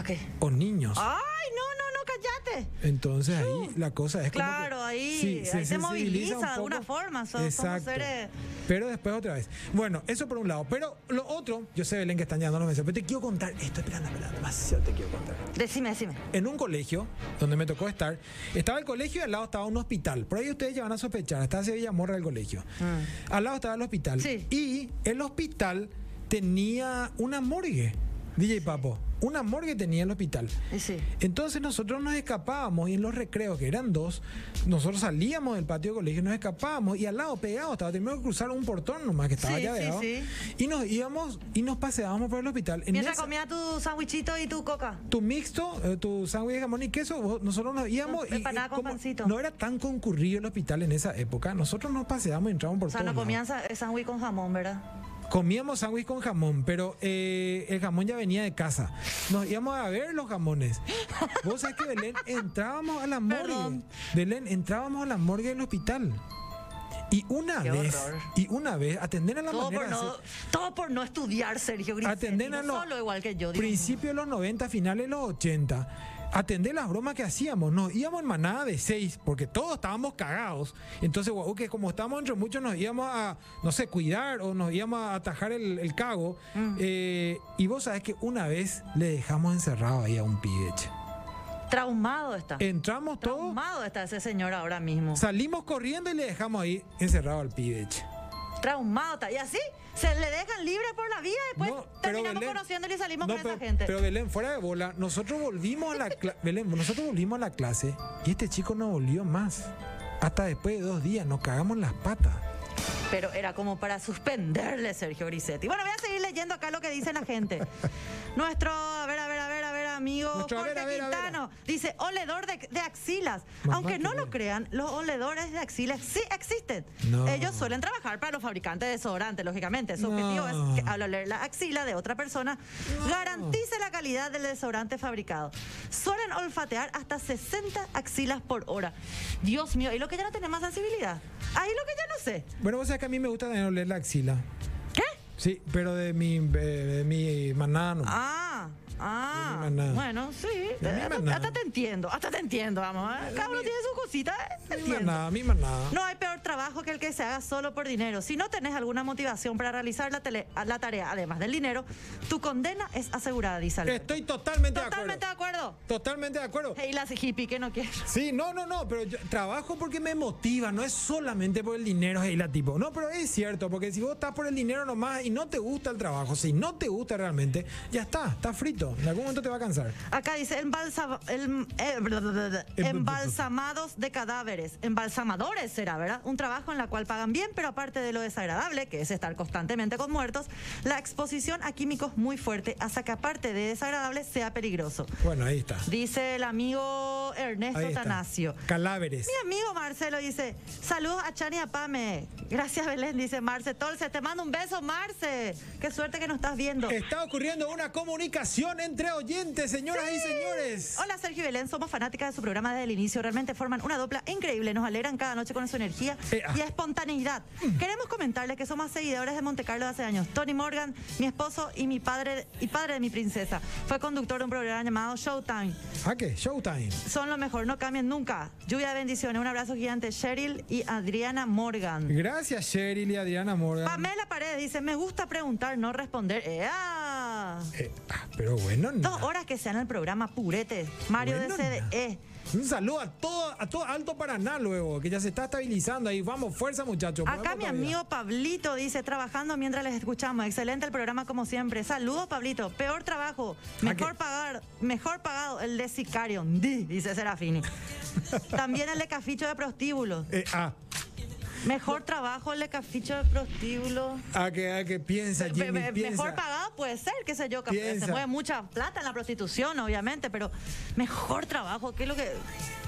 A: Ok.
B: o niños.
A: Ay, no, no, no, callate.
B: Entonces ahí la cosa es como que-
A: Claro, ahí- ahí
B: sensibiliza
A: se moviliza
B: un
A: de alguna
B: poco.
A: forma, so- somos
B: Exacto.
A: seres-
B: Pero después otra vez. Bueno, eso por un lado. Pero lo otro, yo sé, Belén, que están llegando los mensajes, pero te quiero contar esto. Espera, espera, demasiado te quiero contar.
A: Decime, decime.
B: En un colegio, donde me tocó estar, estaba el colegio y al lado estaba un hospital. Por ahí ustedes ya van a sospechar, está Sevilla Morra el colegio. Al lado estaba el hospital.
A: Mm. Sí.
B: Y el hospital tenía una morgue. DJ Papo, una morgue tenía el hospital.
A: Y sí.
B: Entonces nosotros nos escapábamos y en los recreos, que eran dos, nosotros salíamos del patio de colegio, nos escapábamos y al lado pegado estaba, teníamos que cruzar un portón nomás que estaba
A: Sí,
B: llaveado.
A: sí,
B: Y nos íbamos y nos paseábamos por el hospital. En
A: Mientras
B: esa-
A: comía tu sandwichito y tu coca.
B: tu mixto, eh, tu sándwich de jamón y queso, vos- nosotros nos íbamos
A: No,
B: y
A: empanada
B: eh,
A: con pancito.
B: no era tan concurrido el hospital en esa época, nosotros nos paseábamos y entramos por
A: O sea,
B: todos
A: no
B: lados.
A: comían sa- eh, sándwich con jamón, ¿verdad?
B: Comíamos sándwich con jamón, pero eh, el jamón ya venía de casa. Nos íbamos a ver los jamones. Vos sabés que Belén entrábamos a la morgue.
A: Perdón.
B: Belén entrábamos a la morgue del hospital. Y una
A: Qué
B: vez,
A: horror.
B: y una vez, atender a la
A: Todo
B: manera
A: por,
B: de
A: no,
B: hacer-
A: todo por no estudiar, Sergio Grisetti.
B: Atender a
A: no
B: los
A: solo igual que yo. Dios mío.
B: Principio de los 90, finales de los 80. Atender las bromas que hacíamos. Nos íbamos en manada de seis, porque todos estábamos cagados. Entonces, guau, que como estábamos entre muchos, nos íbamos a, no sé, cuidar o nos íbamos a atajar el, el cago. Eh, y vos sabés que una vez le dejamos encerrado ahí a un pibe. che.
A: Traumado está.
B: Eh, Entramos todos,
A: Traumado está ese señor ahora mismo.
B: salimos corriendo y le dejamos ahí encerrado al pibe. che.
A: Traumado está. Y así se le dejan libre por la vida. Después
B: No, pero
A: terminamos
B: Belén-
A: Pues, conociéndole y salimos
B: No,
A: con
B: pero,
A: esa gente.
B: pero Belén, fuera de bola, nosotros volvimos a la cla- <laughs> Belén, nosotros volvimos a la clase y este chico no volvió más. Hasta después de dos días nos cagamos en las patas.
A: Pero era como para suspenderle Sergio Grisetti. Bueno, voy a seguir leyendo acá lo que dice
B: <laughs>
A: la gente. Nuestro, a ver, a ver, a ver, a ver, amigo
B: Nuestro, a
A: Jorge
B: ver, a ver, a ver.
A: Quintano dice oledor de, de axilas.
B: Mamá,
A: Aunque no
B: qué
A: lo
B: bien.
A: crean, los oledores de axilas sí existen.
B: No.
A: Ellos suelen trabajar para los fabricantes de desodorante, lógicamente. Su
B: No.
A: objetivo es que al oler la axila de otra persona garantice la calidad del desodorante fabricado. Suelen olfatear hasta 60 axilas por hora. Dios mío, y lo que ya no tenemos sensibilidad. Ahí lo que ya no sé.
B: Bueno, vos sabés que a mí me gusta tener oler la axila.
A: ¿Qué?
B: Sí, pero de mi, eh, de mi manada no.
A: Ah, ah.
B: No me manada.
A: Bueno, sí.
B: No me
A: eh, Hasta,
B: manada.
A: hasta te entiendo, hasta te entiendo, vamos. ¿eh? Cada uno tiene su cosita. eh, te
B: mi
A: entiendo.
B: manada, mi manada.
A: No hay peor trabajo que el que se haga solo por dinero. Si no tenés alguna motivación para realizar la, tele- la tarea, además del dinero, tu condena es asegurada, dice Alberto.
B: Estoy totalmente,
A: Totalmente
B: de
A: de
B: acuerdo.
A: acuerdo.
B: Totalmente de acuerdo.
A: Y las hippie que no quiero.
B: Sí, no, no, no, pero yo trabajo porque me motiva, no es solamente por el dinero, hey, la tipo. No, pero es cierto, porque si vos estás por el dinero nomás y no te gusta el trabajo, si no te gusta realmente, ya está, está frito. En algún momento te va a cansar.
A: Acá dice embalsa- el- eh, bla, bla, bla, bla,
B: Eh,
A: embalsamados de cadáveres. Embalsamadores será, ¿verdad? Un trabajo en la cual pagan bien, pero aparte de lo desagradable, que es estar constantemente con muertos, la exposición a químicos muy fuerte hace que aparte de desagradable sea peligroso.
B: Bueno, ahí está.
A: Dice el amigo
B: Ahí
A: Ernesto
B: está.
A: Tanacio.
B: Caláveres.
A: Mi amigo Marcelo dice, saludos a Chani y a Pame. Gracias Belén, dice Marce Tolce. Te mando un beso, Marce. Qué suerte que nos
B: <laughs>
A: estás viendo.
B: Está ocurriendo una comunicación entre oyentes, señoras y señores.
A: Hola Sergio y Belén, somos fanáticas de su programa desde el inicio. Realmente forman una dupla increíble. Nos alegran cada noche con su energía
B: Eh, ah.
A: y espontaneidad. Queremos comentarles que somos seguidores de Monte Carlo de hace años. Tony Morgan, mi esposo y mi padre y padre de mi princesa, fue conductor de un programa llamado Showtime.
B: ¿A Ah, qué? Showtime.
A: Son lo mejor, no cambien nunca. Lluvia de bendiciones. Un abrazo gigante, Cheryl y Adriana Morgan.
B: Gracias, Cheryl y Adriana Morgan.
A: Pamela Paredes dice, me gusta preguntar, no responder. ¡Ea!
B: Eh, ah, pero bueno,
A: Dos
B: nada.
A: horas que sean el programa Purete. Mario
B: Bueno,
A: de E. CDE.
B: Un saludo a todo, a todo Alto Paraná luego, que ya se está estabilizando ahí. Vamos, fuerza muchachos.
A: Acá
B: podemos
A: mi
B: todavía.
A: amigo Pablito dice, trabajando mientras les escuchamos. Excelente el programa como siempre. Saludos, Pablito. Peor trabajo.
B: ¿A
A: Mejor
B: qué?
A: pagar, mejor pagado el de sicario. Di,
B: <laughs>
A: Dice Serafini. También el de caficho de prostíbulo.
B: Eh, ah,
A: Mejor trabajo el de caficho de prostíbulo.
B: ah, que, ah, que piensa,
A: Pe-
B: Jimmy,
A: pe-
B: piensa.
A: Mejor pagado puede ser, qué sé yo, capaz se
B: Piensa.
A: mueve mucha plata en la prostitución, obviamente, pero mejor trabajo, ¿qué es lo que...?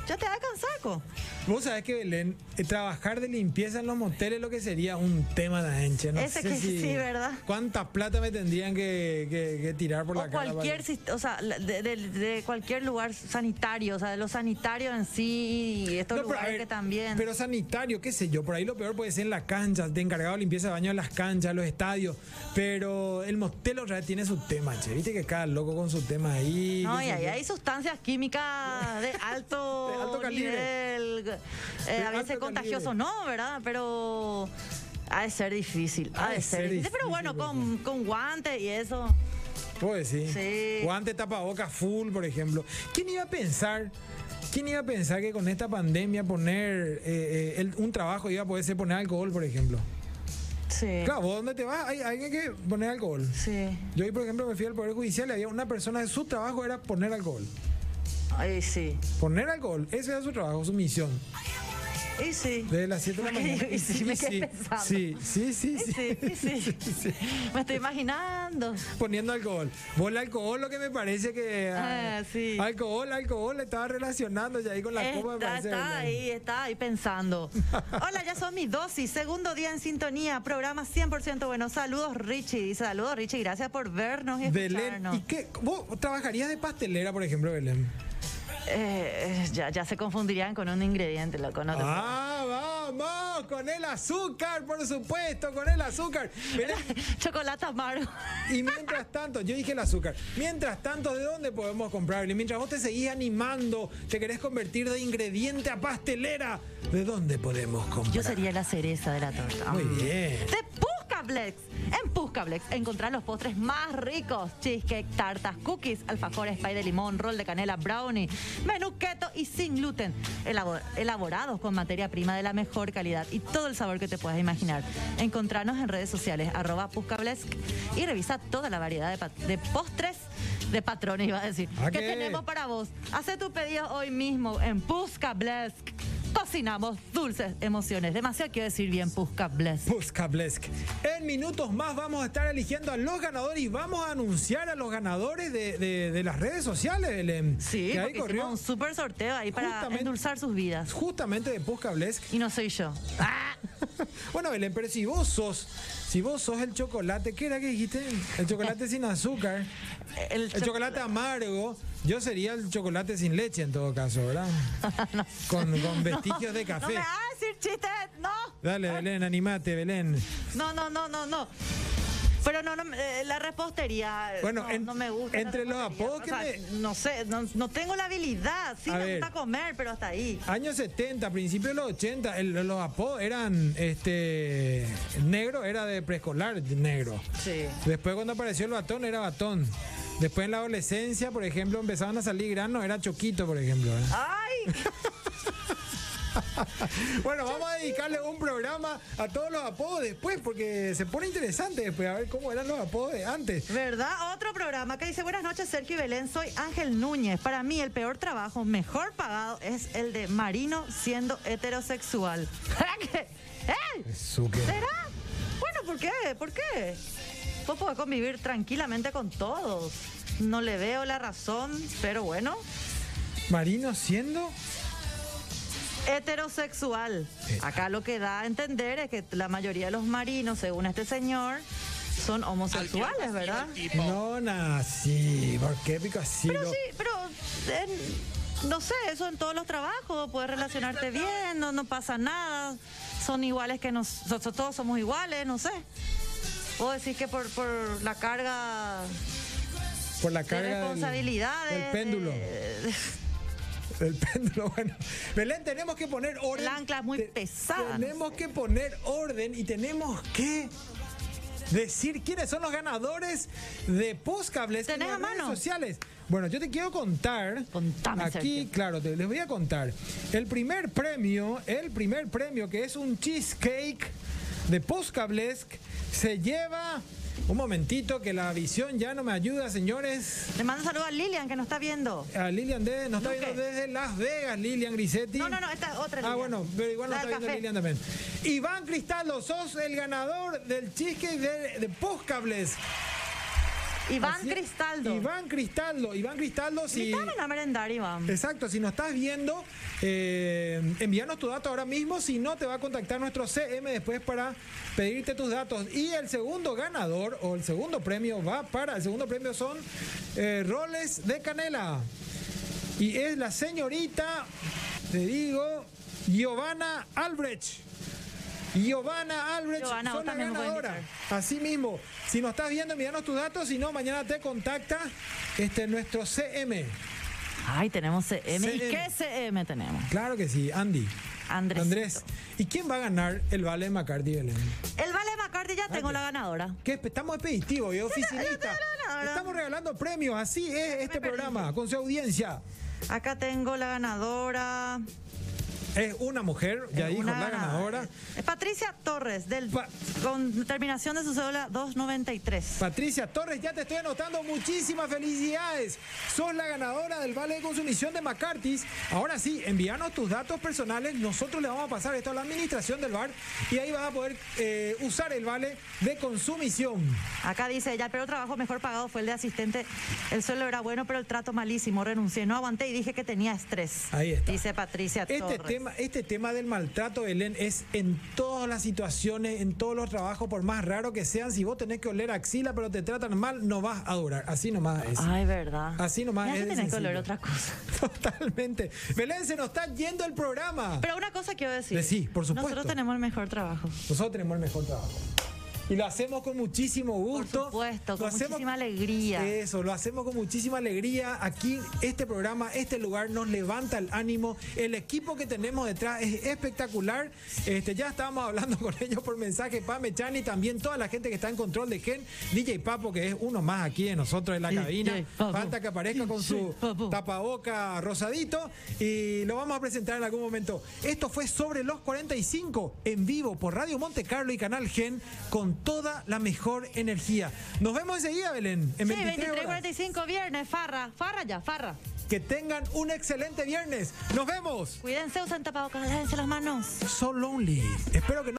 A: Ya te da cansaco.
B: Vos sabés que Belén, eh, trabajar de limpieza en los moteles lo que sería un tema de enche, no
A: Ese
B: sé
A: que
B: si-
A: sí, ¿verdad?
B: ¿Cuánta plata me tendrían que, que- que tirar por la
A: O
B: cara?
A: cualquier,
B: para-
A: sist- o sea, la- de, de- de cualquier lugar sanitario, o sea, de los sanitarios en sí, y estos
B: No, pero a
A: lugares
B: ver,
A: que también...
B: Pero sanitario, qué sé yo, por ahí lo peor puede ser en las canchas, de encargado de limpieza de baño en las canchas, los estadios, pero el motel otra vez tiene su tema, che, viste que cada loco con su tema ahí.
A: no,
B: qué
A: y
B: sé
A: ahí
B: yo.
A: hay sustancias
B: <laughs>
A: químicas de alto,
B: De alto calibre.
A: nivel, eh,
B: De
A: a veces
B: alto
A: contagioso,
B: calibre.
A: no, ¿verdad? Pero ha de ser difícil, ha de ser difícil. Pero bueno,
B: pues,
A: con, con guantes y eso.
B: Pues sí.
A: Sí.
B: Guante tapabocas full, por ejemplo. ¿Quién iba a pensar? ¿Quién iba a pensar que con esta pandemia poner eh, eh, el- un trabajo iba a poder ser poner alcohol, por ejemplo?
A: Sí.
B: Claro, vos dónde te vas, hay alguien que poner alcohol.
A: Sí.
B: Yo hoy, por ejemplo, me fui al Poder Judicial y había una persona de su trabajo era poner alcohol.
A: Ay, sí.
B: Poner alcohol, ese era su trabajo, su misión.
A: Y sí.
B: Desde las 7 de la mañana.
A: <laughs> Y sí, me quedé
B: sí,
A: pensando.
B: sí, sí, sí, sí. <laughs>
A: Sí, sí.
B: sí.
A: Me estoy imaginando.
B: Poniendo alcohol. Vos el alcohol, lo que me parece que.
A: Ah, sí.
B: Alcohol, alcohol, le estaba relacionando ya ahí con la copa, me
A: Está,
B: parece.
A: está
B: ¿verdad?
A: ahí, está
B: <laughs>
A: ahí pensando. Hola, ya son mis dosis. Segundo día en sintonía. Programa 100% bueno. Saludos, Richie. Dice saludos, Richie. Gracias por vernos y
B: Belén,
A: escucharnos.
B: ¿y qué? ¿Vos trabajarías de pastelera, por ejemplo, Belén?
A: Eh, eh, ya, ya se confundirían con un ingrediente, loco. No te
B: Ah, vamos, con el azúcar, por supuesto, con el azúcar. Belén,
A: puedo. <laughs> Chocolate amargo.
B: Y mientras tanto, yo dije el azúcar. Mientras tanto, ¿de dónde podemos comprar? Belén? Mientras vos te seguís animando, te querés convertir de ingrediente a pastelera, ¿de dónde podemos comprar?
A: Yo sería la cereza de la torta. Mm.
B: Muy bien.
A: de Puscablex. En Puscablex encontrás los postres más ricos: cheesecake, tartas, cookies, alfajores, pay de limón, rol de canela, brownie, menú keto y sin gluten. Elabor- elaborados con materia prima de la mejor calidad y todo el sabor que te puedas imaginar. Encontranos en redes sociales, arroba Puscablex y revisa toda la variedad de, pa- de postres. De patrones, iba a decir.
B: ¿A
A: que
B: Ah, qué?
A: tenemos para vos? Hacé tu pedido hoy mismo en Puscablesk. Cocinamos dulces emociones. Demasiado quiero decir bien Puscablesk.
B: Puskablesk. En minutos más vamos a estar eligiendo a los ganadores y vamos a anunciar a los ganadores de, de- de las redes sociales, Belén.
A: Sí,
B: que ahí
A: porque hicimos
B: corrió
A: un súper sorteo ahí para
B: Justamente.
A: endulzar sus vidas.
B: justamente de Puskablesk.
A: Y no soy yo. ¡Ah!
B: Bueno, Belén, pero si vos sos, si vos sos el chocolate, ¿qué era que dijiste? El
A: <laughs>
B: chocolate sin azúcar,
A: El
B: el
A: cho-
B: chocolate amargo, yo sería el chocolate sin leche en todo caso,
A: <laughs>
B: ¿verdad? con, con vestigios de
A: no me
B: café.
A: vas a decir chistes, no.
B: Dale, Belén, animate, Belén.
A: No, no, no, no, no. Pero no, no eh, la repostería eh,
B: Bueno,
A: no,
B: en-
A: no me gusta. la
B: entre los
A: repostería.
B: apodos que
A: O sea, No sé, no, no tengo la habilidad. Sí
B: A
A: me
B: ver.
A: gusta comer, pero hasta ahí.
B: Años 70, principios de los 80, el- los apodos eran este negro, era de preescolar negro.
A: Sí.
B: Después cuando apareció el batón era batón. Después en la adolescencia, por ejemplo, empezaban a salir granos, era choquito, por ejemplo.
A: <laughs>
B: ¿eh?
A: ¡Ay!
B: Bueno, vamos a dedicarle un programa a todos los apodos después, porque se pone interesante después a ver cómo eran los apodos de antes.
A: ¿Verdad? Otro programa que dice, buenas noches Sergio y Belén, soy Ángel Núñez. Para mí el peor trabajo, mejor pagado, es el de marino siendo heterosexual. ¿Qué? ¿Eh? ¿Será? Bueno, ¿por qué? ¿Por qué? Vos podés convivir tranquilamente con todos. No le veo la razón, pero bueno.
B: Marino siendo.
A: Heterosexual. Acá lo que da a entender es que la mayoría de los marinos, según este señor, son homosexuales, ¿verdad?
B: No nací. ¿Por qué pico así?
A: Pero
B: lo-
A: sí, pero en- no sé, eso en todos los trabajos, puedes relacionarte bien, no, no pasa nada, son iguales que nos, so- so- todos somos iguales, no sé. O decís que por, por la carga
B: Por la
A: de
B: carga. del-
A: responsabilidades. eh,
B: del péndulo.
A: de-
B: El péndulo, <laughs> bueno. Belén, tenemos que poner orden.
A: El ancla es muy
B: Te-
A: pesada, no
B: Tenemos que poner orden y tenemos que decir quiénes son los ganadores de Puscables en
A: ¿Tenés
B: las
A: a mano?
B: redes sociales. Bueno, yo te quiero contar.
A: Contame,
B: Aquí,
A: Sergio.
B: claro, te, les voy a contar. El primer premio, el primer premio que es un cheesecake de Puscablesk se lleva. Un momentito que la visión ya no me ayuda, señores.
A: Le mando un saludo a Lilian que nos está viendo.
B: A Ah, Lilian de, nos está
A: Luque.
B: viendo desde Las Vegas, Lilian Grisetti.
A: No, no, no, esta es otra
B: Ah,
A: Lilian.
B: bueno, pero igual nos
A: La
B: está
A: del
B: viendo
A: café.
B: Lilian también. Iván Cristaldo, sos el ganador del cheesecake de, de Puscables.
A: Iván
B: Así-
A: Cristaldo.
B: Iván Cristaldo, Iván Cristaldo, si.
A: Invítame a merendar, Iván.
B: Exacto, si nos estás viendo, eh, envíanos tu dato ahora mismo, si no te va a contactar nuestro CM después para pedirte tus datos. Y el segundo ganador o el segundo premio va para, el segundo premio son eh, roles de canela. Y es la señorita, te digo, Giovanna Albrecht. Giovanna Albrecht,
A: Giovanna, vos
B: son la
A: también me puedes
B: ganadora. Así mismo, si nos estás viendo, envíanos tus datos, si no, mañana te contacta este, nuestro CM.
A: Ay, tenemos CM. ¿Y
B: CM?
A: qué CM tenemos?
B: Claro que sí, Andy.
A: Andrés.
B: Andrés. ¿Y quién va a ganar el vale de McCarthy Belén?
A: El Vale McCarthy ya tengo la ganadora.
B: Que estamos expeditivos
A: <laughs>
B: y oficinistas.
A: ganadora.
B: Estamos regalando premios, así es este programa, con su audiencia.
A: Acá tengo la ganadora.
B: Es una mujer, ya dijo,
A: Una
B: la ganadora.
A: Es Eh, Patricia Torres, del,
B: Pa-
A: con terminación de su cédula 293.
B: Patricia Torres, ya te estoy anotando. Muchísimas felicidades. Sos la ganadora del Vale de Consumición de McCarthy's. Ahora sí, envíanos tus datos personales. Nosotros le vamos a pasar esto a la administración del bar y ahí vas a poder eh, usar el Vale de Consumición.
A: Acá dice ella, el peor trabajo mejor pagado fue el de asistente. El sueldo era bueno, pero el trato malísimo. Renuncié, no aguanté y dije que tenía estrés.
B: Ahí está.
A: Dice Patricia
B: Este
A: Torres.
B: tema, este tema del maltrato, Belén, es en todas las situaciones, en todos los trabajos, por más raro que sean. Si vos tenés que oler axila, pero te tratan mal, no vas a durar. Así nomás es.
A: Ay, verdad.
B: Así nomás
A: Me hace
B: es de
A: tener que oler
B: sencillo.
A: otra cosa.
B: <laughs> Totalmente. Belén, se nos está yendo el programa.
A: Pero una cosa quiero decir.
B: Decí, por supuesto.
A: Nosotros tenemos el mejor trabajo.
B: Nosotros tenemos el mejor trabajo. Y lo hacemos con muchísimo gusto.
A: supuesto,
B: Lo
A: con muchísima alegría.
B: Eso, lo hacemos con muchísima alegría. Aquí, este programa, este lugar nos levanta el ánimo. El equipo que tenemos detrás es espectacular. Este, ya estábamos hablando <laughs> con ellos por mensaje. Pame Chani, también toda la gente que está en control de Gen. DJ Papo, que es uno más aquí de nosotros en la
A: DJ
B: cabina.
A: Papo.
B: Falta que aparezca con
A: DJ
B: su
A: Papo.
B: tapaboca rosadito y lo vamos a presentar en algún momento. Esto fue sobre los 45 en vivo por Radio Monte Carlo y Canal Gen con toda la mejor energía. Nos vemos enseguida, Belén, en
A: Sí,
B: 23 horas.
A: 23.45 viernes, farra, farra ya, farra.
B: Que tengan un excelente viernes. Nos vemos.
A: Cuídense, usen tapabocas, lávense las manos.
B: So lonely. Espero que no